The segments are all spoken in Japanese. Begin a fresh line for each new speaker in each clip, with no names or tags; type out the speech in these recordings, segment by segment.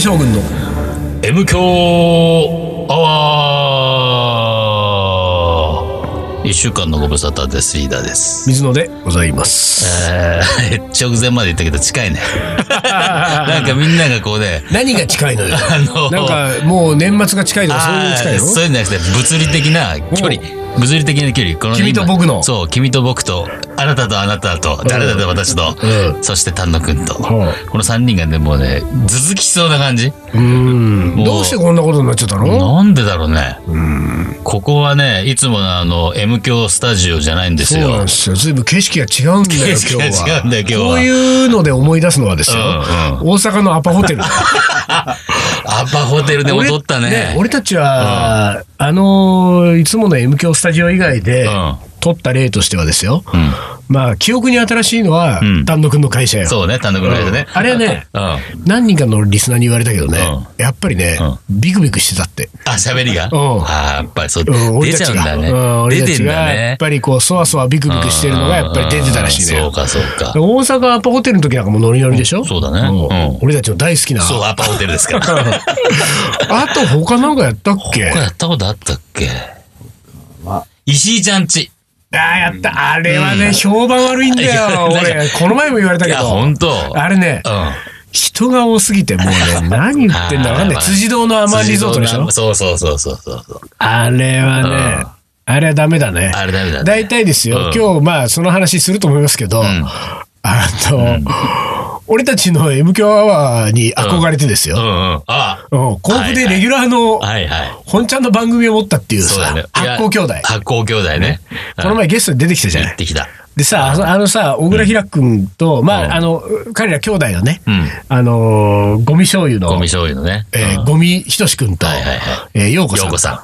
将軍の
M 強アワー一週間のご無沙汰です。リーダーです。
水野でございます。
えー、 直前まで言ったけど近 いね。なんかみんながこうね、
何が近いのよ。
あの
なんかもう年末が近いとかそういう近い
あーそう
の
いうんじゃなくて、物理的な距離。物理的な距離。この
君と
今
僕の
そう、君と僕と、あなたとあなたと、誰だと私と、そして丹野くんと。
う
この三人がね、もうね、続きそうな感じ。
うん
もう
どうしてこんなことになっちゃったの
なんでだろうね。ここはね、いつものあの、M 響スタジオじゃないんです
そうなん
よ。
ですよ。ずいぶん景色が違うんだよ、今
景
日
色が
は。
違うんだよ今日は
こういうので思い出すのはですよ。
うん
大阪のアパホテル。
アパホテルで踊ったね。
俺たちは、あのーいつもの M 響スタジオ以外で、
うん
撮った例としてはですよ。
うん
まあ、記憶に新しいのは、
うん
丹野くんの会社よ。
そうね、単独ライブね。
あれはね、
うん。あ、
何人かのリスナーに言われたけどね、やっぱりね、ビクビクしてたって。
喋りが
うん
あーやっぱりそう、
うん、俺
出
た
ち
ち
ゃうん
が、
だね
うん。俺
出
た
て
ち
ん
が
だ
やっ
ね。
ぱりこう、そわそわビクビクしてるのがやっぱり出てたらしいね。
うんそうか、そうか。
大阪アパホテルの時なんかもうノリノリでしょ、
んそうだね
ん
うん
俺たちの大好きな。
そう、アパホテルですから。こ
あと他なんかやったっけ
れやったことあったっけ石井ちゃんち。
ああ、やった。あれはね、評判悪いんだ
いや
よ。俺、この前も言われた
い
け
や、ほん
ど。
と。
あれね
う、ん。
人が多すぎて、もうね、何言ってんだかわかんな い。
あー
辻堂の甘いリゾートでしょ
そうそうそうそうそうそう。
あれはね
うん、
あれはダメだね。
あれダメだね。
大体ですよ、
うん
今日まあその話すると思いますけど、
ん
あの、俺たちの M 響アワーに憧れてです
うんう
よ、
ん。ああ。
うん甲府でレギュラーの
はいはい。
本ちゃんの番組を持ったっていう
そう
さ、
だね。
発行兄弟
いや発光兄弟ね。
この前ゲストに出てきたじゃ
うん
な
行っ
い
てきた。
でさあのあのさ小倉平君と、まああの彼ら兄弟のね、
うん
あのゴミ醤油の
ゴミ醤油のね。
えーゴミひとし君と、
はいはいは
えーようこさ
ようんこさ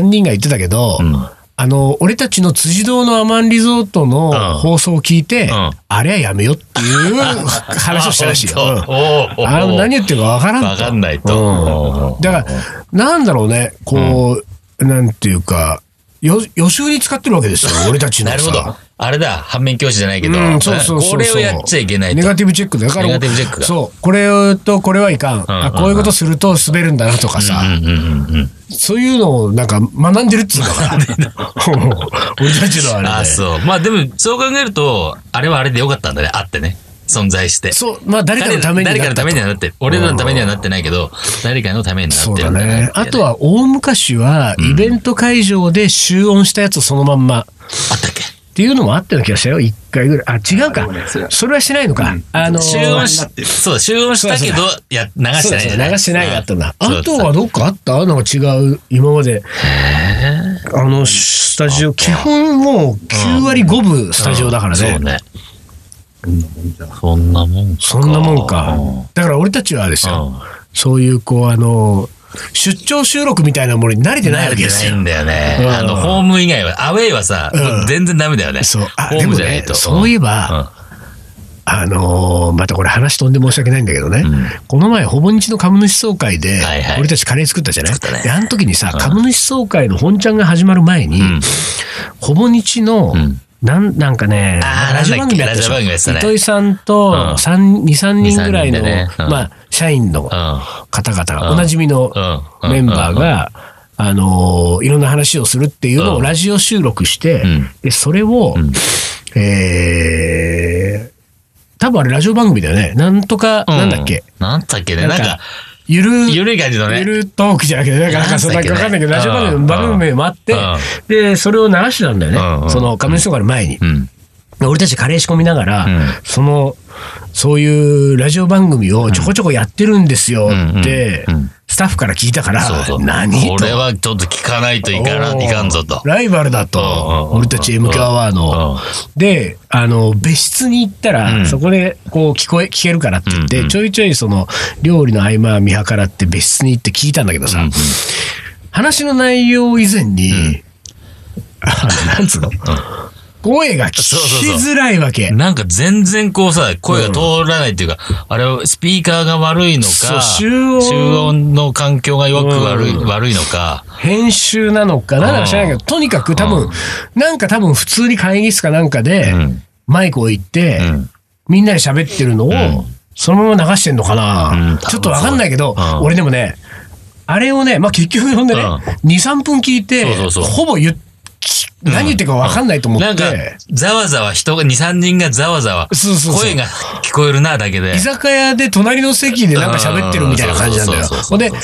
3人が言ってたけど、
ん
あの、俺たちの辻堂のアマンリゾートの
うん
放送を聞いて、
ん
あれはやめよって いう話をしたらしいよ。
あ
う
ほんと
ん
おお
あの何言ってるかわからんと
わかんないと。
だから、なんだろうね、こう、なんていうか、よ予習に使ってるわけ ですよ、俺たちの
な
さ。
るほど。あれだ、反面教師じゃないけど、
うん、そうそうそうそう
これをやっちゃいけないと。
ネガティブチェックだから
ネガティブチェックが
そうこれとこれはいかん、あこういうことすると滑るんだなとかさ、
うんうんうんうん。
そういうのをなんか学んでるっつうのかな 俺たちのあれね
あ、そう。まあでも、そう考えると、あれはあれでよかったんだね。あってね。存在して。
そう、まあ誰かのためにな
誰
った
かの
と
ためにはなってる。俺らのためにはなってないけど、誰かのためにな
そ
っ
う
て
だ
るんだな
ね。
ってい
あとは大昔はイベント会場で集音したやつをそのまんま。
あったっけ
っていうのもあったような気がしたよ。一回ぐらい。あ、違うか
あでもねそれ。は
それはしないのか。あのー、
集音し
なってる
そうだ、集音したけど、や、流
そう
して
だ
ないん
そ
じ
う
ゃな
だ
い
流してないやったんだ。
うん
あとはどっかあったなんか違う、今まで。あの、スタジオ、基本もう9割5分スタジオだから
そう
ね。
ね。そんなもんか。
そんなもんか
うん。
だから俺たちはです
うん
よ、そういうこう、あの、出張収録みたいなものに慣れてないわけですよ
慣。れてないんだよね。
うん
あの、ホーム以外は、アウェイはさ、
うん
全然ダメだよね。
そう。あ、
ホ
で
ーム
も
じゃない
ね
と。、
そういえば、
うん
あのーまたこれ話飛んで申し訳ないんだけどね、この前、ほぼ日の株主総会で、
はいはい
俺たちカレー作ったじゃない、
作ったね
であの時にさ、株主総会の本ちゃんが始まる前に、ほぼ日の、
ん
なんなんかね、
あー
ラジオ番組やったでしょ
ラジオ番組やってたね
糸井さん
う
と
ん
三2、3人ぐらいの、
二三人でねうん
まあ、社員の方々が、おなじみの
うん
メンバーが、あのーいろんな話をするっていうのを
うん
ラジオ収録して、
ん
でそれを、えー、多分あれラジオ番組だよね。なんとか、
うん
なんだっけ。
なんだっけね。
な
なんん
か
か、
ゆる、
ゆるい感じのね
ゆるトークじゃなくて、なんか、なんかそうな
な
ん
んだ
か
っけね
わかんないけど、ラジオ番組の番組名もあって
うんうん、
で、それを流してたんだよね。
うんうん
その、仮面とかの前に
う。ん。
俺たちカレー仕込みながら、
ん
その、そういうラジオ番組をちょこちょこやってるんですよって、
うんうんうん
スタッフから聞いたから、
そうそう。
何
これはちょっと聞かないといか
お
な、
ー
いかんぞと。
ライバルだと、
うんうん
俺たち MK アワー
う
の
ん。
で、あの、別室に行ったら、
うん
そこで、こう、聞こえ、聞けるからって言って、
うんうん
ちょいちょいその、料理の合間見計らって別室に行って聞いたんだけどさ、
うんうん
話の内容以前に、あのなんつうの、声が聞きづらいわけ。
なんか全然こうさ、声が通らないっていうか、あれはスピーカーが悪いの
そう
か、
集音
集音の環境がよく悪い、悪いのか、
編集なのか、なんだか知らないけど、とにかく多分、なんか多分普通に会議室かなんかで
うん、
マイク置いて
うん、
みんなで喋ってるのを、そのまま流してんのかな、
うん
ちょっとわかんないけど、
うん
俺でもね、あれをね、まあ、結局読んでね、
うん
2、3分聞いて、
そうそうそう
ほぼ言っき何言ってるかわかんないと思って、
なんか、ざわざわ人が、2、3人がざわざわ、
そうそうそう
声が聞こえるな、だけで
居。酒屋で隣の席でなんか喋ってるみたいな感じなんだよ。
うんそう
ほ
そ
ん
うそ
で
うそう、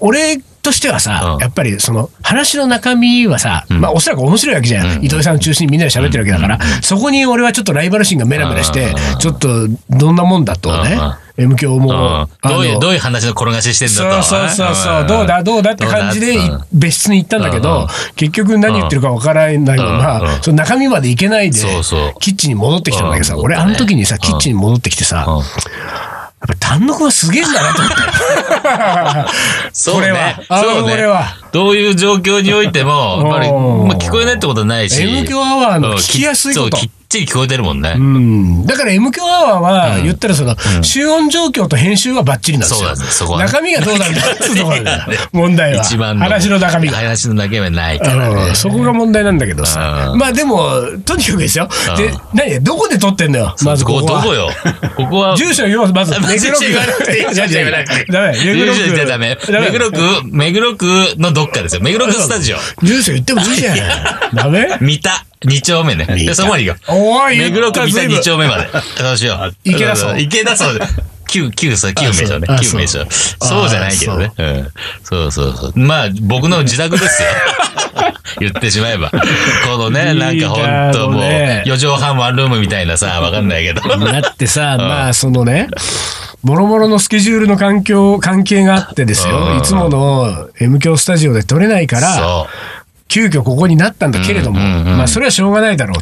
俺としてはさ、
うん
やっぱりその話の中身はさ、
ん
まあおそらく面白いわけじゃん。
うん
伊藤さんを中心にみんなで喋ってるわけだから、そこに俺はちょっとライバル心がメラメラして
う、ん
ちょっとどんなもんだとね、M 響も、
うん
あ
どういう、
の
どういう話の転がししてん
そ
だ
う
と。
そうそうそう、
ん
どうだ、どうだって感じで
どうだっつっ、
別室に行ったんだけ
うんう
ど
ん、
結局何言ってるかわからないま
うんう
ま、
ん
その中身まで行けないで
そうそう、
キッチンに戻ってきたんだけどさ、
うん
俺、あの時にさ、
うん
キッチンに戻ってきてさ、
うん
やっぱ単独はすげえんだなと思って。
そう
これ
ね
は。あの
そうね
これは。
どういう状況においても、やっぱり、
うん
まあ、聞こえないってことはないし。
M 響アワーの聞きやすいこと
うんきそう、きっちり聞こえてるもんね
う。ん、だから M 響アワーは、言ったらその、集音状況と編集はバッチリなんです
そうな
よ。
んですそこはね
中身がどうなんだっていうところ なんだよ問題は。
一番
話の中身が。
話の中身はないからね。
うんそこが問題なんだけどさ
う。ん
まあでも、とにかくですよ。で
うん、
何どこで撮ってんのよ、まずここ
どこ
は。
よ。ここは。
住所言おう、まず。
あ
目黒区。
言わなくていい
いやいやいやダメ、目黒
目黒
区。
区じゃダメ。目黒区、目黒区のどっかですよ。目黒区スタジオ。
住所言ってもいいじゃん。ダメ
三田、二丁目ね。
三田
で、そこまで行こう。
おい、
目黒区三田
言
二
った随分
丁目まで。そうしよう。
池田荘
池田そう。旧、旧さ、旧名所ね
あ。そう
旧名所
あ。そう
そうじゃないけどね。うん。そうそうそう。まあ、僕の自宅ですよ。 言ってしまえば。このね、なんかほんともう
いいね、
4畳半ワンルームみたいなさ、わかんないけど。
だって さ、まあそのね、もろもろのスケジュールの環境、関係があってです
う
よ、
ん
いつもの M 響スタジオで撮れないから、
そう。
急遽ここになったんだけれども、
うんうんうん
まあそれはしょうがないだろう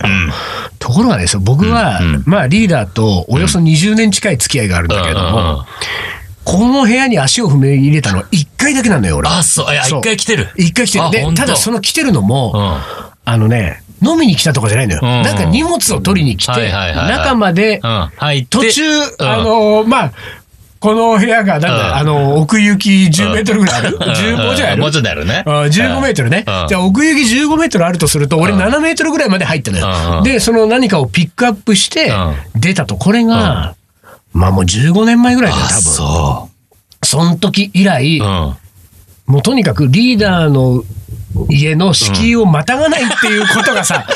と。ところがですよ、僕は、
うんうん
まあリーダーとおよそ20年近い付き合いがあるんだけれども、
うんうんうん
この部屋に足を踏み入れたのは1回だけなんだよ、俺。
あ、そう。いや、
そう
一回来てる。
一回来てる。
あ
で
ほん、と
ただその来てるのも、
うん。
あのね、飲みに来たとかじゃないのよ。
うん
なんか荷物を取りに来
は
て、
いはいはいはい
中まで、
うん。入って。
途中、
ん
あのーまあ、この部屋が、なんだ、
うん
あのー、奥行き10メートルぐらいある ?15 じゃ
う
あ
んもうちょ
る
っとあるね。
あー15メートルね。じ
うん
ゃあ奥行き15メートルあるとすると、俺
うん
7メートルぐらいまで入ったの
うんう
よ。
ん
で、その何かをピックアップして、出たと、これが、まあもう15年前ぐらいだよ、
あ、
多分。
そ
その時以来
う。う、ん。
もうとにかくリーダーの家の敷居をまたがないっていうことが さ、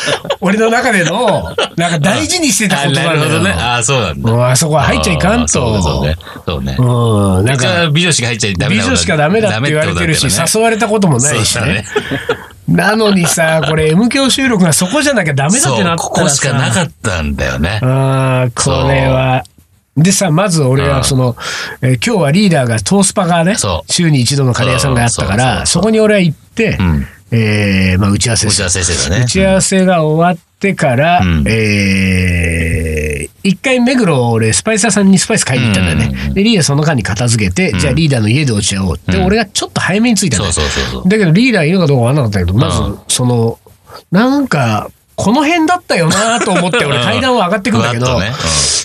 俺の中での、なんか大事にしてた
あ、
こと
な
なん
る
だ
ほどね。
よ。
あ、そうなんだ。
うんあそこは入っちゃいかん
あそう
と
ね。。そうね。そ
う
うね。
ん、なん
じゃ
か、
あ美女しか入っちゃダメ
美
なこと
女しかダメだって言われてるし、誘われたこともないしね。なのにさ、これ M 教収録がそこじゃなきゃダメだってな
そう、
ったらさ。
ここしかなかったんだよね。
あーこれは。でさ、まず俺
う
は
ん
その、えー今日はリーダーがトースパがね
そ、う
週に一度のカレー屋さんがあったか
そ
ら、
う
そこに俺は行って、
うん
えーまあ、打ち合わせ
打
で
ち合
す
わせしてたね。
打ち合わせが終わってから、
うん
えー一回目黒を俺スパイサーさんにスパイス買いに行ったんだよね、
うんうんうん
でリーダーその間に片付けて、じゃあリーダーの家で落ち合おうって、俺がちょっと早めに着いたん
そ
だ
う
よ
そうそうそう。
だけどリーダーいるかどうかわからなかったけどま
う
ずそのなんかこの辺だったよなと思って俺
うん
階段を上がってくんだけど、
ふわっとねうん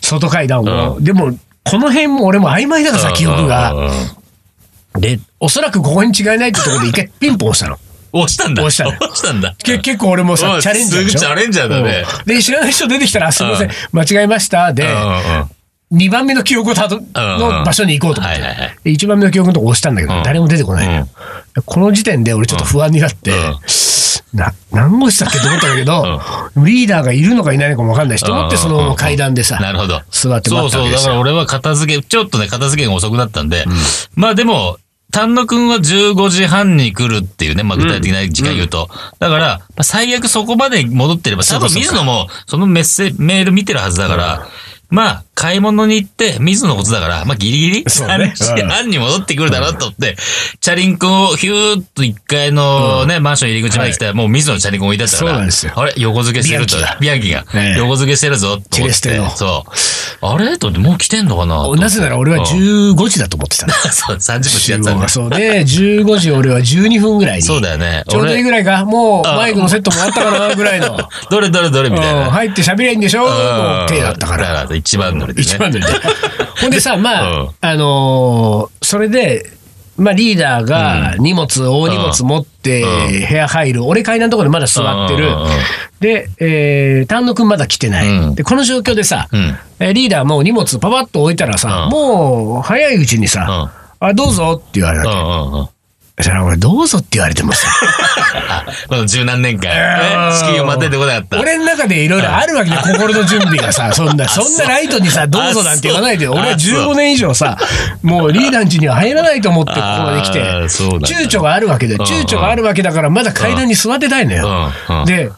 外階段を、でもこの辺も俺も曖昧だからさ記憶
う
が
んうんうん
でおそらくここに違いないってところで一回ピンポン押し たの。
押したんだ。
押したね
押したんだ。
け結構俺も
う
さ
ん
チャレンジャーでしょ
すぐチャレンジャーだね
うんで知らない人出てきたらあ「すみません間違えました」で
うんうんうん
2番目の記憶をたどの場所に行こうと思って
はいはいはい
1番目の記憶のとこ押したんだけ
う
ど
ん
誰も出てこないのよこの時点で俺ちょっと不安になって
うん
な何号室だっけと思ったんだけどリーダーがいるのかいないのかも分かんないしと思ってそのまま階段でさ
なるほど。
座って待ったわ
そうそ
け
う。
で
だ
す
か
よ
ら俺は片付け、ちょっとね、片付けが遅くなったんで、まあでも、丹野くんは15時半に来るっていうね、まあ具体的な時間言うと。だから、まあ最悪そこまで戻ってれば、
そ
多
うか
分
そうか
水野もそのメッセ、メール見てるはずだから、まあ、買い物に行って、水野のことだから、まあギリギリ、
そうね
3時半に戻ってくるだろうと思って、チャリンコをヒューッと1階のね、マンション入り口まで来たら、もう水野のチャリンコ置いてあったから、
そうなんですよ
あれ横付けしてると
ビアンキが。
ビアンキが
ええ。
横付けしてるぞと思って
チレステの
そう。あれと思ってもう来てんのかな
なぜなら俺は
10
15時だと思ってたの
そう、30分してや
集
ってた
合
んだ
が。 そうで15時俺は12分ぐらいにち
そ
ょ
うだよね。
うどいい
俺、
ぐらいかもうマイクのセットもあったかなぐらいの。
どれどれ どれみた
う
い
ん
な。
入って喋りゃいいんでしょの手だったから。
だから一番乗りでね。
一番乗りで。ほんでさ、ま
う
あ
ん、
あのーそれで、まあ、リーダーが荷物、大荷物持って
う
部屋入る。俺階段のところでまだ座ってる
うんうんうん。
で、えー、丹野くんまだ来てな
う
い。
ん
で、この状況でさ、
うん
えーリーダーもう荷物パパッと置いたらさ、
うん
もう早いうちにさ、あ、どうぞって言われ
う
たわけ。
んうんうん。
そしたら俺、どうぞって言われてもさ、
あ、この十何年間、
うん
ね、資金を待っててこなかった。
俺の中でいろいろあるわけで、心の準備が さ、そんな、そんなライトにさ、どうぞなんて言わないでよ。
あ
俺は
そう
15年以上さ、もうリーダーん家には入らないと思ってここまで来て、
あーそうなんだ
躊躇があるわけで、
んうん
躊躇があるわけだから、まだ階段に座ってたいのよ。
うんうん
で、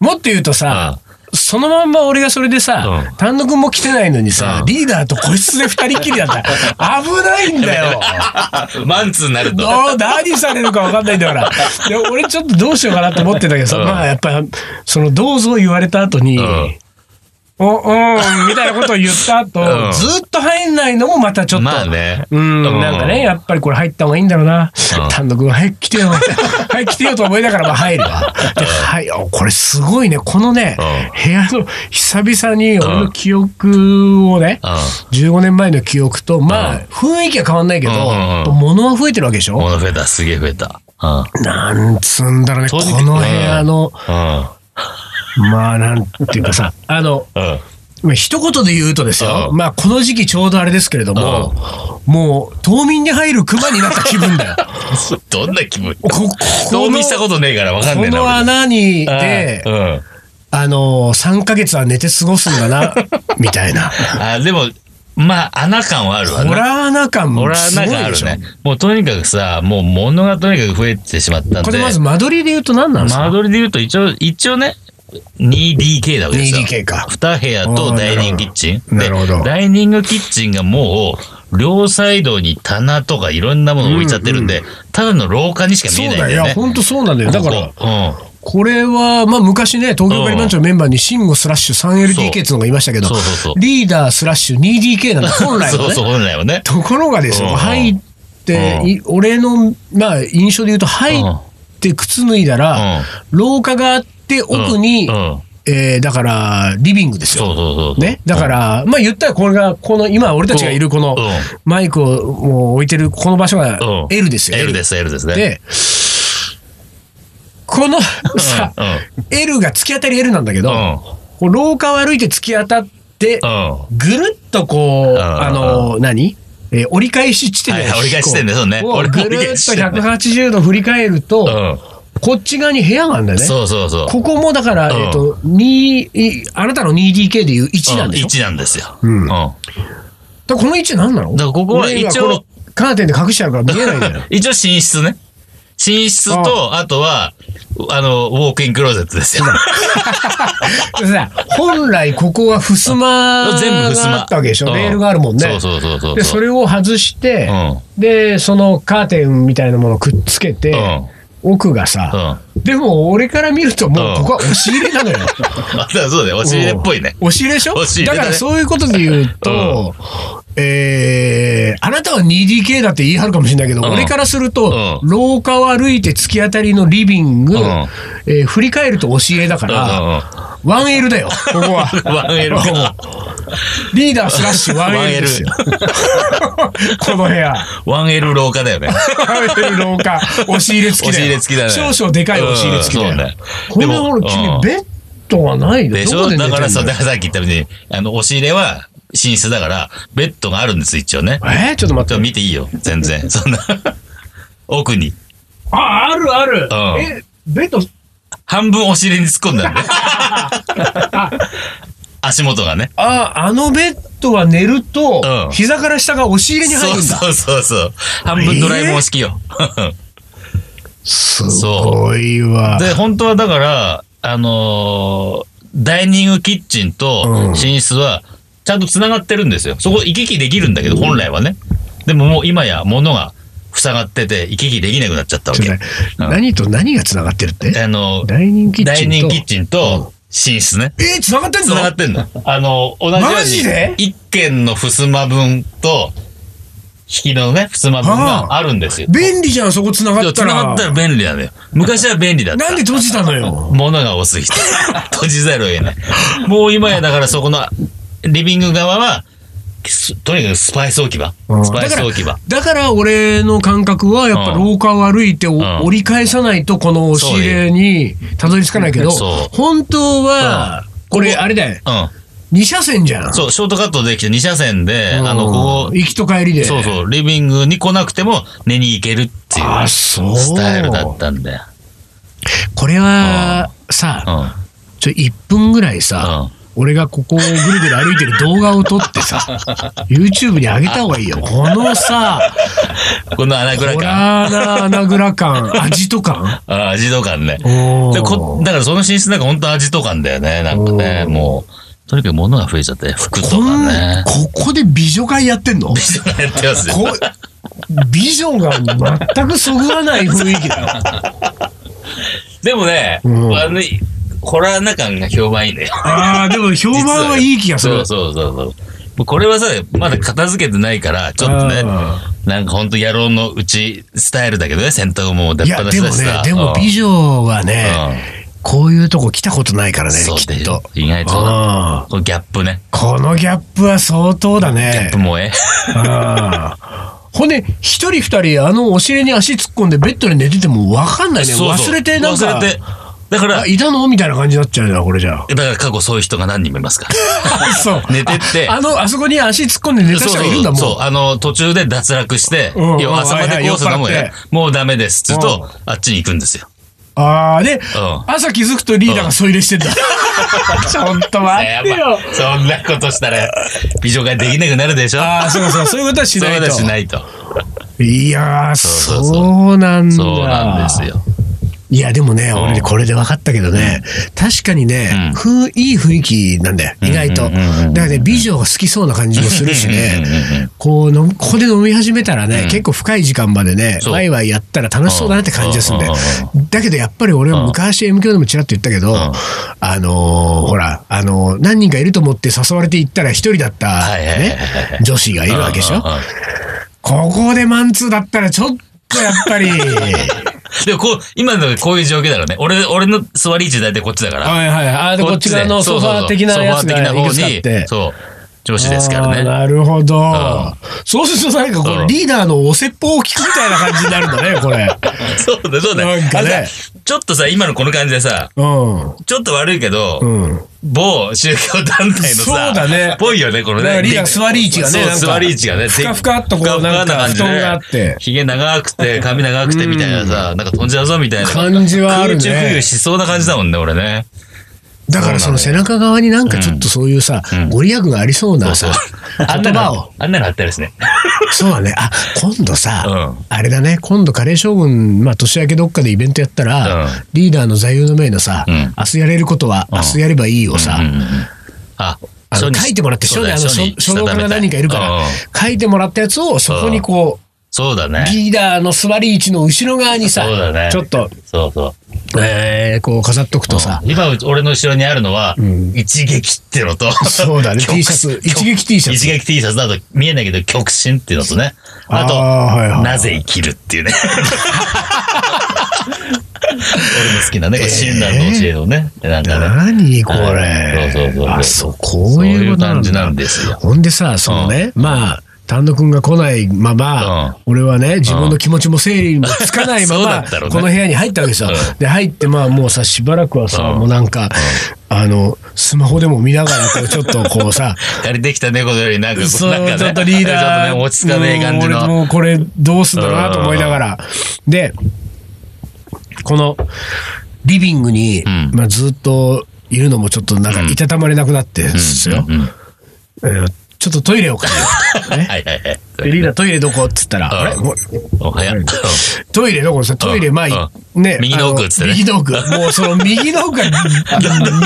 もっと言うとさ、そのまんま俺がそれでさ
う、ん
丹野くんも来てないのにさ
う、ん
リーダーと個室で二人っきりだったら、危ないんだ よ。
マンツーになると。
どう何されるか分かんないんだ から。で俺ちょっとどうしようかなと思ってたけどさ、
うん
まあやっぱり、その、どうぞ言われた後に、
うん
お、うん、みたいなことを言った後、
うん
ずっと入んないのもまたちょっと。
まあね。
うん、なんかね、やっぱりこれ入った方がいいんだろうな。
うん
単独は早く来てよ。 早く来てよと思いながら、まあ入るわ。で、はい、あこれすごいね。このね、
う
部屋の久々に俺の記憶をね、
うん
15年前の記憶と、ま
う
あ、雰囲気は変わんないけど、
うんうんうん
物は増えてるわけでしょ、
物増えた、すげえ増えた。うん。
なんつうんだろうね、こ
正直
の部屋の、
う
まあなんていうかさ、あの、
ん。うん。
まあ一言で言うとですよ、
うん
まあこの時期ちょうどあれですけれども、もう冬眠に入る熊になった気分 だよ。
どんな気分
ここ
興味したことねえからわかんねえ
こ
な。
の
俺
穴にで、
うんうん。
あの、3ヶ月は寝て過ごすんだ な、みたいな。
あ、でも、まあ、穴感はあるわ
ホ
ね。
ラー穴感
ホ
も
ラ
す
ー
ごい
穴感あ
で
る
しょ。
ね。もうとにかくさ、もう物がとにかく増えてしまったんで。
これまず間取りで言うと何なんです
間
か
取りで言うと、一応、一応ね、2DK なわけですよ。
2DK か
2部屋とダイニングキッチン。
あーなるほどな
で
るほど
ダイニングキッチンがもう、両サイドに棚とかいろんなもの置いちゃってるんで、ただの廊下にしか
そ
見
う
えないん
だ
だ
よ。
よ
いや、
ね。
ほんとそうなんだよ。だから
こ、こ
これは、まあ、昔ね、東京ガリバンチョのメンバーに、シンゴスラッシュ 3LDK っていうのがいましたけど
そうそうそうそ、う
リーダースラッシュ 2DK なんだ、本
うん。
来
そ
は
うそう、
ね。
本来はね。
ところがですよ、
うん
入って、い俺の、まあ、印象で言うと、入って靴脱いだら、廊下があって、奥に
うん、うん
えーだから、リビングです
そ
よ
う。そうそうそう。
ね。だから、まあ、言ったら、これが、この、今、俺たちがいるこの
うん、
マイクをもう置いてる、この場所が
うん、
L ですよ。
L です、L ですね。
で、この
うん、
さ、
うん
L が突き当たり L なんだけど、
うん
こう廊下を歩いて突き当たって、
うん。
ぐるっとこう、
ん
あの、何えー折り返し地点
はいはい折り返し地点ね
こう
そうね
こう
俺
ぐ
も
るっ
折
と
り返し地点ね
180度振り返ると、
うん
こっち側に部屋があるんだよね。
そうそうそう。
ここもだから、
うん
えっと、2、いあなたの 2DK でいう1なんでしょ、
1なんですよ。
ん
うん
だからこの1なんなの
だからここは一応。
俺今これカーテンで隠しちゃうから見えないんだよ
一応寝室ね。寝室と、あとは、あの、ウォークインクローゼットですよ。
でさ本来ここは襖が
全部襖。
あったわけでしょ、
うん
レールがあるもんね。
そうそうそうそう。
でそれを外して、
う
でそのカーテンみたいなものをくっつけて、奥がさ、でも俺から見るともう
うん
ここは押し入れなの よ。
あそうだよ。押し入れっぽいね。
うん押し入れでしょ
押し入れ
だ
だね
からそういうことで言うと、えーあなたは 2DK だって言い張るかもしれないけど、
うん
俺からすると、
うん
廊下を歩いて突き当たりのリビング、
うん
えー振り返ると押し入れだから、1L だよ、ここは。
1L か。
リーダースラッシュ 1L ですよ。 この部屋。
1L 廊下だよね。
1L 廊 下、押し入れ付きだよ。
押し入れ付きだね
少々でかい押し入れ付きだよ。
うんそうね
これはほ
で
ら、
も
君
うん
ベッドはない
でし
どこ
ょ
で寝て
だ
んの
からさ、だからさっき言ったように、あの、押し入れは寝室だから、ベッドがあるんです、一応ね。
えーちょっと
ち
待
ょっ
っ
と
て。
見ていいよ、全然。そんな。 奥に。
あ、あるある。
うん
え、ベッド、
半分押し入れに突っ込んだん で。足元がね。
あ、あのベッドは寝ると、
うん
膝から下が押し入れに入
そ
る
うん
だ。
そうそうそう。半分ドラえもん式よ。
すごいわ。
で、本当はだから、あのーダイニングキッチン
うん
と寝室は、ちゃんと繋がってるんですよ。そこ行き来できるんだけど、本来はね。でももう今や物が塞がってて、行き来できなくなっちゃったわ
ちょっ
け。
と
あ
ね何と何が繋がってるって
のー
ダイニングキッ
ダ
チ
イ
ン
ニン
と
グキッチンと寝室ね。
えー、繋がってんの
繋がってんの。あの、同じように。
マジで
一軒の襖分と、引きのね、襖分があるんですよ。
便利じゃん、そこ繋がった
繋
ら。
がったら便利なのよ。昔は便利だった。
なんで閉じたのよ。
物が多す ぎて。閉じざるを得ない。もう今やだからそこのリビング側は、すとにかくスパイス置き場
う。ん
スパイス置き場。
だから俺の感覚はやっぱ
うん
廊下を歩いてお、
ん
折り返さないとこの押し入れにたどり着かないけど
そう
本当はこれあれだよ
うん。
2車線じゃん。
そう、ショートカットできて2車線で、
うん
あの、ここ、
行きと帰りで。
そうそう、リビングに来なくても寝に行けるっていう
あそう
スタイルだったんだよ。
これはさ、
うん。
ちょ1分ぐらいさ、
うん。
俺がここをぐるぐる歩いてる動画を撮って さ YouTube に上げた方がいいよこのさ
この穴
ホ
ぐらいか。
ラーな穴ぐら感味と感
あ味と感ね。
おー
でこだからその寝室なんか本当味と感だよね。なんかね、
うん
もう、とにかく物が増えちゃって、服と
こん
か ね。
ここで美女会やってんのこ
やってますよ。
美女が全くそぐわない雰囲気だよ。
でもね、
うん
あの、ホラーな感が評判いいんだよ。
ああ、でも評判はいい気がす
そう
る。
そうそうそう。もうこれはさ、まだ片付けてないから、ちょっとね、
あ
なんかほんと野郎のうちスタイルだけどね、洗濯も出
い
っ
や、
放
で
し
も
だし
ね
さ。、
でも美女はね、こういうとこ来たことないからね、
そう
き
で
っと。
意外とそうだ
あー
このギャップね。
このギャップは相当だ
ギャッ
ね
プ。萌え。
あーほんで、一人二人、あのお尻に足突っ込んでベッドで寝てても分かんないね。
そうそう
忘れて、なんか、
忘れて。だから
あ、いたのみたいな感じになっちゃうな、これじゃあ。
だから過去そういう人が何人もいますから。
そう。
寝てって
ああの、あそこに足突っ込んで寝た
そう
人
そ
がいるんだ
う、
もん。
そうあの、途中で脱落して、
うんうん
要は朝までコースだもん
はいは
ね
い酔っ払、
もうダメです、つうと、あっちに行くんですよ。
ああ、で、
ん
朝気づくとリーダーが添い入れしてんだ。 ちょっと待
や
ってよ
ば。そんなことしたら、美女ができなくなるでしょ
ああ、そうそう、そういうことはし
そう
な
い
い。
うこととしないと。
いやー、
そうそうそう
そうなんだ。
そうなんですよ。
いや、でもね、
ん
俺ね、これで分かったけどね、確かにね、
うん
ふいい雰囲気なんだよ、意外と。だ
うん
か
うんうんうん
らね、美女が好きそうな感じもするし
うんうんうんう
ね
ん、
こうの、ここで飲み始めたらね、
うん
結構深い時間までね、
そう
ワイワイやったら楽しそうだなって感じがするんだよ
う。
だけどやっぱり俺は昔 M 響でもちらっと言ったけど、
ん
あのーほら、あのー何人かいると思って誘われて行ったら一人だった、
はいはいはい
ね
は、
女子がいるわけでし
うん
ょ
う。んうん
ここでマンツーだったらちょっとやっぱ り、
でもこう、今のこういう状況だからね。俺、俺の座り位置大体こっちだから。
はいはい。あでこっち側のソファー的なやつがいくつかあっ
そうそうそうソファー的な方
て
に、。そう、女子ですから
あー
ね。
なるほど。
ん
そうするとなんかこ
う
れ
ん
リーダーのお説法を聞くみたいな感じになるん だね、これ。
そうだ、そうだ。
なんかね
あのさちょっとさ、今のこの感じでさ、
う
ちょっと悪いけど、
ん。うん。
某宗教団体のさ、
そうだね
ぽいよね、この
だから
ね。
リーダー座り位置がね
そう
なんか
座り位置がね。
ふかふかっとこう
ふふ
なんか
感じで
布団があって
ひげ長く て、髪長くてみたいなさ、なんか飛んじゃうぞみたいな。
感じはあるね
空中浮遊しそうな感じだもんね、俺ね。
だからその背中側になんかちょっとそういうさ、
うん
ご利益がありそうなさ、
あん
言
な
葉
の
を。、
あんなのあったですね。
そうだね。あ、今度さ、
うん
あれだね、今度カレー将軍、まあ年明けどっかでイベントやったら、
うん
リーダーの座右の銘のさ、
うん
明日やれることは明日やればいいをさ、
うんうんうんあ、
あの
書
書いてもらって、書に、あの、書書道家が何人かいるか
うん
ら、書いてもらったやつを、そこにこ
そうだ
う、
ね。
リーダーの座り位置の後ろ側にさ、
そうだね
ちょっと、
そうそう。
えー、こう飾っとくとさ、
今、俺の後ろにあるのは、一撃ってのと、
そう だね
極
T シャツ一撃 T シャツ
一撃 T シャツだと見えないけど、極真っていうのとね。あと、
あーはいはい
なぜ生きるっていうね。俺の好きなね、これ親鸞の教えのね、なんかね。
何これ。
そうそうそうそう
あ、そう、こういうことなんだ
そういう感じなんですよ
ほんでさ、そのね、まあ、丹野くんが来ないまま、
うん
俺はね、自分の気持ちも整理もつかないま
そうだ
ま、
ったろうね
この部屋に入ったわけですよ。
うん
で、入って、まあもうさ、しばらくはさ、
うん
もうなんか、あの、スマホでも見ながら、こう、ちょっとこうさ、
借りてきた猫よりなんか、
そう、
なんかね
ちょっとリーダー、
ちょっとね、落ち着かねえ感じ
もう俺
の。
もうこれどうすんだろうなと思いながら。で、このリビングに、
ん
まあ、ずっといるのもちょっとなんかいたたまれなくなってですよ。
うんうん
えーちょっとトイレを借 りようね
はいはいはい。
でリーダートイレどこっつったら、
うん
あれもう
おはよう。
トイレどこさトイレ前、
うん
ね。
右の奥っつっ
あの
てね
右の奥。もうその右の 奥が、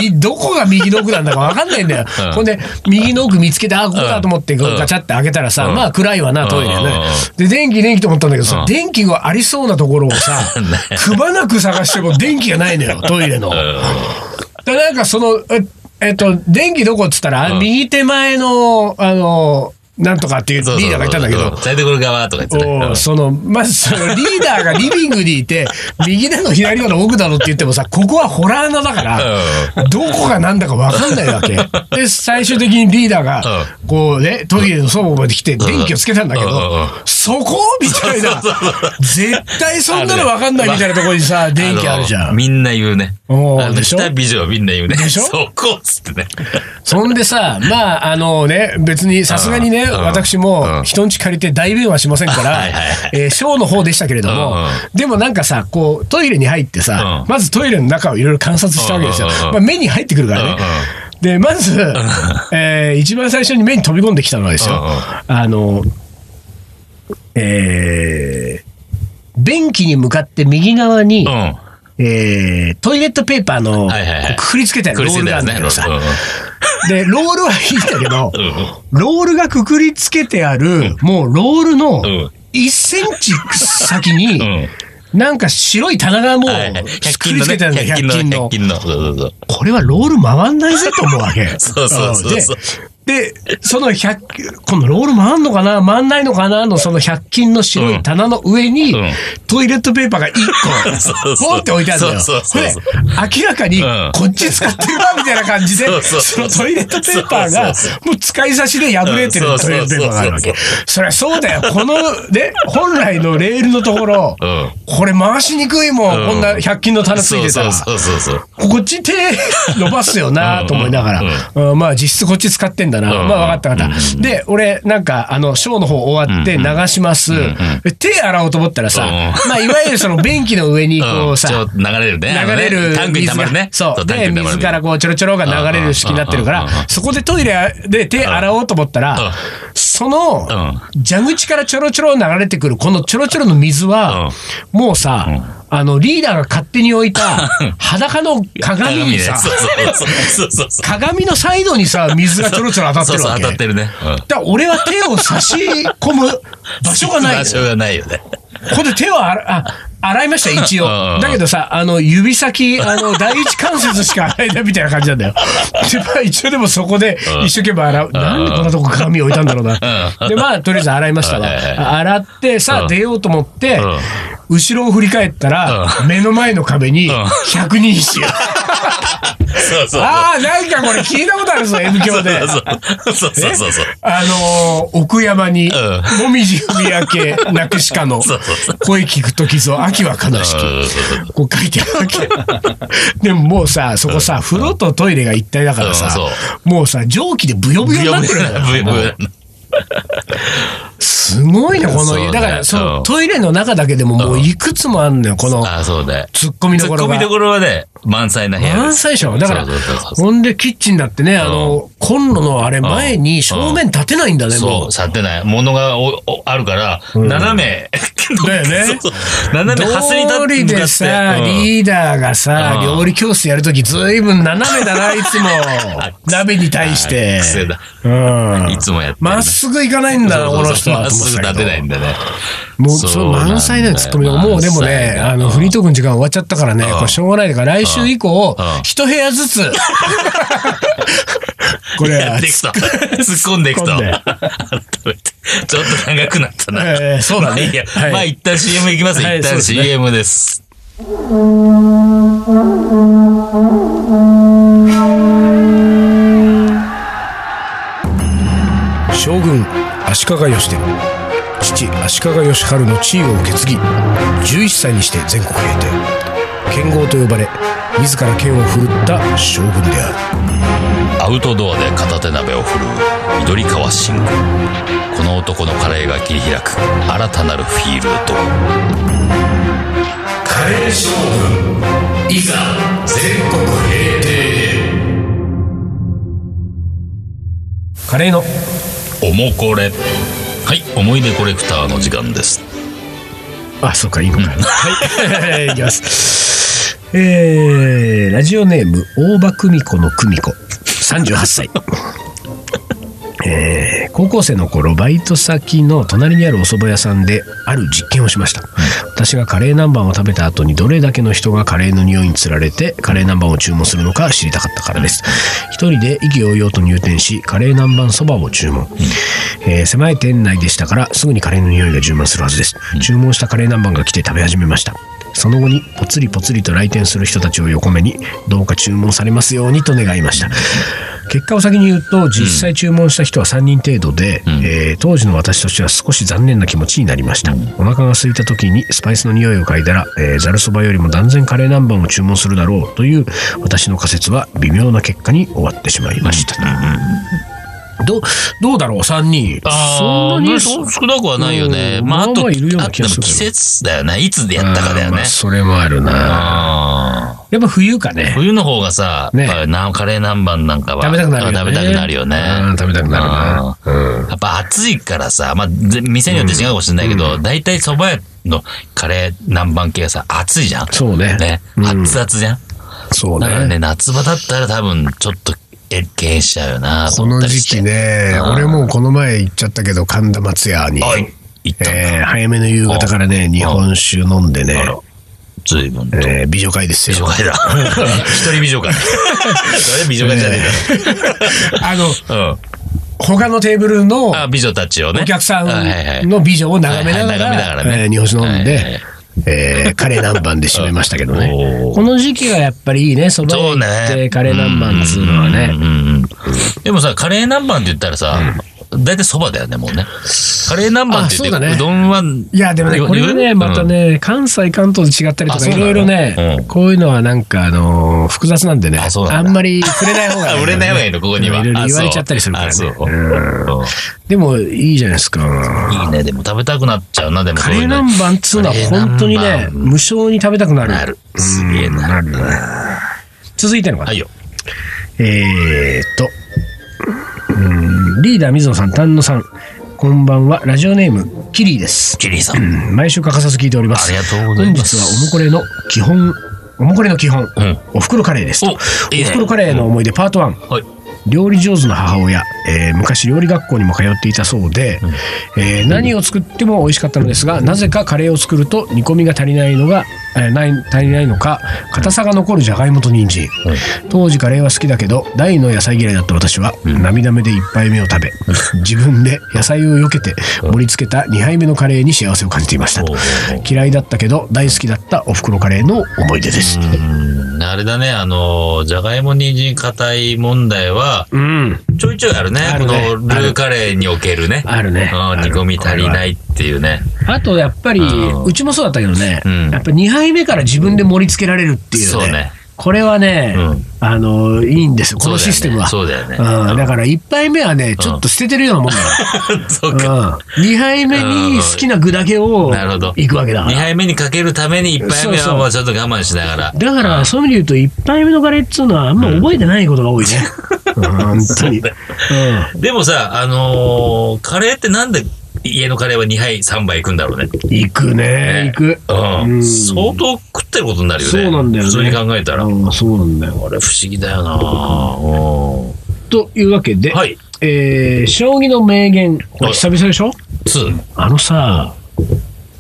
みどこが右の奥なんだかわかんないんだよ
うん。
ほんで、右の奥見つけて、あ、ここだと思って、こう
うん
ガチャって開けたらさ、
うん
まあ暗いわな、トイレ
うんうんう
ね
ん。
で、電気電気と思ったんだけど
う
さ
ん、
電気がありそうなところをさ、 くまなく探しても電気がないのよ、トイレの。で、なんかその、ええっと、電気どこっつったら、
ん
右手前の、あの、なんとかっていうリーダーがいたんだけど、
台所側とか言ってね
おうそのまずそのリーダーがリビングにい て右なの左なの奥なのって言ってもさここはホラー穴だからどこが何だか分かんないわ けで最終的にリーダーがこうねトイレのそばまで来て電気をつけたんだけ
うんうんうん
どそこみたいな
そうそうそう
絶対そんなの分かんないみたいなところに さ電気あるじゃ
の
ん
みんな言うね。
おー
あの
でしょ
来た美女はみんな言うね。
でしょ
そこっつってね。
そんでさ、まあ、あのね、別にさすがにね、
うん
私
う
も
ん
人んち借りて代弁はしませんか
はいはい
ら、えーショーの方でしたけれども
うんうん、
でもなんかさ、こう、トイレに入ってさ
う、ん
まずトイレの中をいろいろ観察したわけですよ
うんうんう。ん
まあ、目に入ってくるから
うんう
ね
ん。
で、まず、えー一番最初に目に飛び込んできたのはですよ、
うんうん
あの、えー便器に向かって右側に、
うん。
えートイレットペーパーの、
はいはいはい
くくりつけたよう
苦
なロ
し
ー
ん
ル
だ
があ
よ
るんだけ
ね。うん
どさ、で、ロールはいいんだけど、
うんうん
ロールがくくりつけてある、もうロールの
ん
1センチ先に
ん、
なんか白い棚がもう
はいはい
くくりつけてあるんだよ、
100
100均
均の、
の
100。均の。そうそうそう。
これはロール回んないぜと思うわけ。
そうそうそうそうん
で、でその100、このロール回んのかな回んないのかなのその100均の白い棚の上に、
うん
トイレットペーパーが1
そう
個、
そう
ポンって置いてあるんだよ。
そうそうそう
これ明らかに、
うん
こっち使ってるな、みたいな感じで、
そうそう
そ
そ
の
う
トイレットペーパーが
そうそう、
もう使い差しで破れてる
うん
トイレットペーパーがあるわけ
そうそう。
そりゃそうだよ。この、ね、本来のレールのところ、
うん
これ回しにくいもん、
うん
こんな100均の棚つい
そう
てた
そ
ら
う。そうそうそう。
こっち手 伸ばすよなと思いなが
うんうん
ら、うんまあ実質こっち使ってんだな。
うんうん
まあ分かった分かった。
うんうん
で、俺なんかあの、ショーの方終わって
うんうん
流します。
んうん
手洗おうと思ったらさ、
う
まあいわゆるその便器の上にこ
う
うんさ、
ちょっと流れるね。あ
流
のね
れる
タンクに
水
溜ま
が、
るね。
そう。
タンク
で、
に溜まる
水からこう、ちょろちょろが流れる式になってるか
うんうんうんう
ら、
ん
そこでトイレで手洗おうと思った
うん
ら、その
う
蛇口からちょろちょろ流れてくる、このちょろちょろの水は、もうさ、あの、リーダーが勝手に置 いた裸の鏡にさ、
そうそうそうそうそう。
鏡のサイドにさ、水がちょろちょろ当たってるわ
そうそう
け。
当たってるね。う
だ
ん
から俺は手を差し込む場所が ないの
場。所がないよね。
ここで手は洗あ洗いました、一
うんう
応。
ん
だけどさ、あの、指先、あの、第一関節しか洗えないみたいな感じなんだ よ。で、まあ一応でもそこで
うん
一生懸命洗う。なんでこんなとこ鏡置いたんだろうな。
うん
で、まあ、とりあえず洗いましたわ
はいはい。
あ洗って、さあ
うん
出ようと思って
うん、
後ろを振り返ったら、目の前の壁に
ん
百人一 首。
そうそう。
ああ、なんかこれ聞いたことあるぞ、M 響で。
そうそうそうそうそう。
あのー奥山に、
う
もみじふみやけ、 なくしかの
そうそうそ、
声聞くときぞ、秋は悲し
うん
き。こう書いてあるわ け。でももうさ、そこさ、風呂とトイレが一体だからさ
うんそ、
もうさ、蒸気でブヨブヨになってるんだよ。
ブヨブヨ
すごいね、この
そう
家。
ね
だから、その
うん
トイレの中だけでももういくつもあんのよ、この
あ、そうだよ。
突っ込みど
ツ
こ
ッ
ろ
コ
が
ミ。どころはね、満載な部屋
満
です。
載でしょだから
そうそうそうそう
ほんでキッチンだってねあのコンロのあれ前に正面立てないんだねも
そうう、去ってない。ものがおおあるから、斜め。
だよね
そうそう斜め端に立
通り
って向
で
かって
さ、
うん
リーダーがさ、
うん
料理教室やるときずいぶん斜めだ な、いつも。鍋に対して。
癖だ。
うん
い。つもやってんだ
まっすぐ行かないんだな、この人は。
まっすぐ立てないんだね。
もう、そう、満載だよ、ツッコミが。もうでもね、あの、フリートークの時間終わっちゃったからね、
ん
これしょうがないから、来週以降
うん、
一部屋ずつ。これ
や
は
っていくと。 突っ込んでいくと。
突っ込んで
改めてちょっと長くなったな。
ええそうだね
まあいいや
はい
まあ一旦 CM いきます。
はい
一
そう
旦
ですね
CM です。
将軍足利義で父足利義晴の地位を受け継ぎ11歳にして全国平定剣豪と呼ばれ自ら剣を振るった将軍である
アウトドアで片手鍋を振るう緑川信吾この男のカレーが切り開く新たなるフィールド
カレー将軍いざ全国平定カレーの
おもこれはい思い出コレクターの時間です
あそうかいいのか、はい いきますえー、ラジオネーム大場久美子の久美子38歳えー高校生の頃バイト先の隣にあるお蕎麦屋さんである実験をしました、私がカレー南蛮を食べた後にどれだけの人がカレーの匂いにつられてカレー南蛮を注文するのか知りたかったからです一人で意気揚々と入店しカレー南蛮そばを注文、えー狭い店内でしたからすぐにカレーの匂いが充満するはずです、注文したカレー南蛮が来て食べ始めましたその後にぽつりぽつりと来店する人たちを横目にどうか注文されますようにと願いました結果を先に言うと実際注文した人は3人程度で、えー当時の私としては少し残念な気持ちになりました、お腹が空いた時にスパイスの匂いを嗅いだら、えーざるそばよりも断然カレー南蛮を注文するだろうという私の仮説は微妙な結果に終わってしまいました、どうどうだろう3人
ああ、ね、そう少なくはないよね。
うん
まあ、あ
まあ
と、
まあいるような
あ
気
で
が
も
するけど
季節だよね。いつでやったかだよ
あーま
ね
あ。それもあるな
あ
やっぱ冬かね
ー冬の方がさ、
ね
やっぱなカレー南蛮なんかは
食べたくなるよね
食べたくなるよね。
うん食べたくなるなうん
やっぱ暑いからさ、まあ、ぜ店によって違うかもしれないけど、大体蕎麦屋のカレー南蛮系はさ、暑いじゃん。
そうね
ね。
うん
熱々じゃん。
そう
だから
ね
ね、夏場だったら多分、ちょっと、え、敬遠しちゃうよな、と
こ
思
の
ったり
時
して
期。ね
うん
俺もうこの前行っちゃったけど神田松屋に、
おい、行ったんだ。
えー早めの夕方からね日本酒飲んでね
あ、ら、随分と。
えー美女会です
美
よ
女会だ。一人美女会。それ美女会じゃね
あの
えか。うん。
他のテーブルの
あ、美女たちをね。
お客さ
はいはいはい
んの美女を眺めなが
はいはい眺めながら
ら
ね
えー日本酒飲ん
はいはいは
で
い、
えーカレー南蛮で締めましたけどね
おー
この時期はやっぱりいいねそば
そうね
屋行ってカレー南蛮っつうのはね
うんうんうんでもさ、カレー南蛮って言ったらさ、大体そばだよね、もうね。カレー南蛮って言
あそうだ
って、
ね
うどんは、
いやでもね
よ
これは
よ
ね
うん
またね関西関東で違ったりと
あ
か
そう
い
なの
ろいろね
うん
こういうのはなんかあのー複雑なんでね
あそうな
あ
んだ
んまり触れない方 が
あ、売れない方がいいの、ここには。
いろいろ
あ
言
そ
わ
う
れちゃったりするから
あ
ね
そう
でもいいじゃないですか
いいね、でも食べたくなっちゃうな、でも
カ
そう
レー
いうの。
南蛮っつうのは本当に
カレー
ね
南蛮
無償に食べたくなる
なる。すげえな。
なるね続いての方
はいよ。
えーっと、うんリーダー水野さん、丹野さん、こんばんは。ラジオネーム、キリーです。
キリーさん。
うん毎週欠かさず聞いております。
ありがとうございます
本日はおもこれの基本、おもこれの基本、
うん
おふくろカレーですと。
おいいね
おふくろカレーの思い出パート1。
はい。
料理上手な母親、えー昔料理学校にも通っていたそうで、えー何を作っても美味しかったのですがなぜかカレーを作ると煮込みが足りないのが、えーない足りないのか硬さが残るじゃがいもと人参、当時カレーは好きだけど大の野菜嫌いだった私は、涙目で1杯目を食べ自分で野菜を避けて盛り付けた2杯目のカレーに幸せを感じていました
おうおうおう
嫌いだったけど大好きだったおふくろカレーの思い出です
うんあれだね、あの、じゃがいも、人参、硬い問題は、
うん
ちょいちょいあるね。
ある
こ
ね
のルーカレーにおけるね。
あるね
うん
ある
煮込み足りないっていうね。
あとやっぱり
うん
うちもそうだったけどね、
うん
やっぱ2杯目から自分で盛り付けられるっていうね,、
そうね
これはね、
うん
あのいいんですよこのシステムは
そうだよねそうだよね
うん、だから1杯目はねちょっと捨ててるようなもんだよ、
そううんか。
2杯目に好きな具だけを
なるほど。
いくわけだか
2
ら
杯目にかけるために1杯目
そうそ
は
う
もうちょっと我慢しながら。
だからそういう意味で言うと1杯目のカレーっつうのはあんま覚えてないことが 多いね、うん、本当に、う
でもさ、あのーカレーってなんで家のカレーは2杯、3杯いくんだろうね。
ん、行くね行く
う。
うんん
相当食ってることになるよね。
そうなんだよね
普通に考えたら。あ
うんそうなんだよ
れ不思議だよなうん
というわけで、
はい。
えー将棋の名言これ久々でしょ、
2。
あのさ、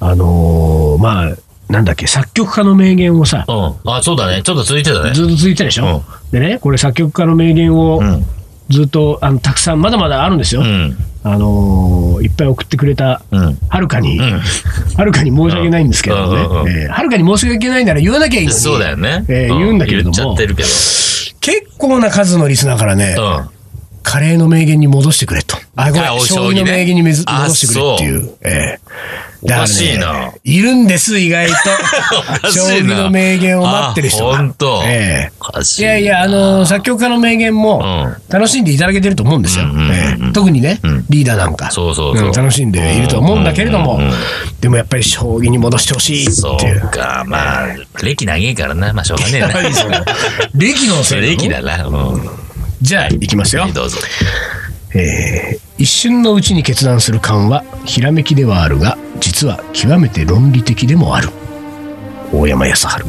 あのーまあ、なんだっけ、作曲家の名言をさ、
うん。あ、そうだね。ちょっと続いてたね。
ずっと続いてたでしょ、でね、これ作曲家の名言を
うん。
ずっと、あの、たくさん、まだまだあるんですよ。
うん。
あのーいっぱい送ってくれた、
うん。
はるかに、
うん
はるかに申し訳ないんですけどね、
うんうんうん
えーはるかに申し訳ないなら言わなきゃいいのに
そうだよね。
えー言うんだけれども
言っちゃってるけ
結構な数のリスナーからね、
ど。うん。
カレーの名言に戻してくれと。あ、ごめん
あ、お
将棋
将棋ね
の名言にめず
あ
戻してくれっていう。ええ
おかしいな。
いるんです、意 外と
か。しい
将
な
棋の名言を待ってる人が。
あほんと
ええ
おかし
い
いな。
やいや、あの、作曲家の名言も
うん
楽しんでいただけてると思うんですよ。
うんうんうん
ええ特にね
ん、
リーダーなんか。
そうそうそうん
楽しんでいると思うんだけれども
うんうんうんうん、
でもやっぱり将棋に戻してほしい
そ
っていうう。
か、まあ、歴長いからな、まあ、しょうが ねえな。
歴のせいなの
歴だな。うん。
じゃあ、いきますよ
はい。どうぞ。
えー一瞬のうちに決断する感はひらめきではあるが実は極めて論理的でもある大山康晴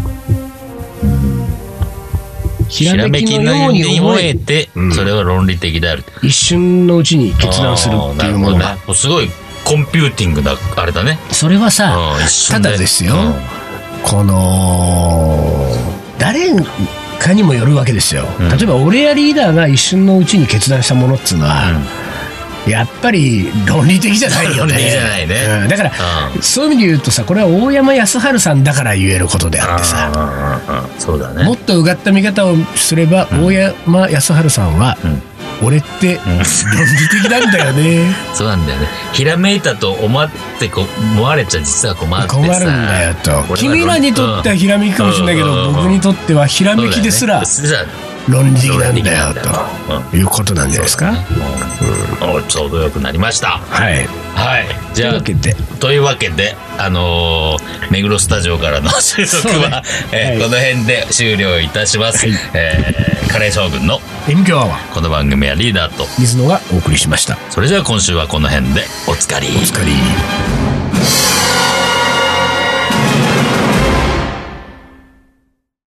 ひらめきのように思え
て、
うん
それは論理的である。
一瞬のうちに決断するっていうもの
あーなるほど
が
ね。もうすごいコンピューティングだ、あれだね。
それはさ
うん一瞬
ただですよ
うん
この誰かにもよるわけですよ、
うん
例えば俺やリーダーが一瞬のうちに決断したものっつうのは、やっぱり論理的じゃないよね
論理的じゃないね
うんだから、そういう意味で言うとさこれは大山康晴さんだから言えることであってさ
ああ、そうだね。
もっとうがった見方をすれば、大山康晴さんは、俺って論理的なんだよね
そうなんだよね。ひらめいたと思ってこう思われちゃ実は困ってさ。
困るんだよと
俺は
君らにとってはひらめきかもしれないけど、
うん
僕にとってはひら
うん
めきですら
そうだよね
論理的なんだよ
うん
ということなんじゃないですか、
うんおちょうどよくなりました。
はい
はい。
と
じ
いう
ゃ
わ
あ
けで
というわけで、あのー目黒スタジオからの収録は、
はい
えーこの辺で終了いたします。
はい
えーカレー将軍の
M 強アワー
この番組はリーダーと、
水野がお送りしました
それじゃあ今週はこの辺でおつかり。
お疲れ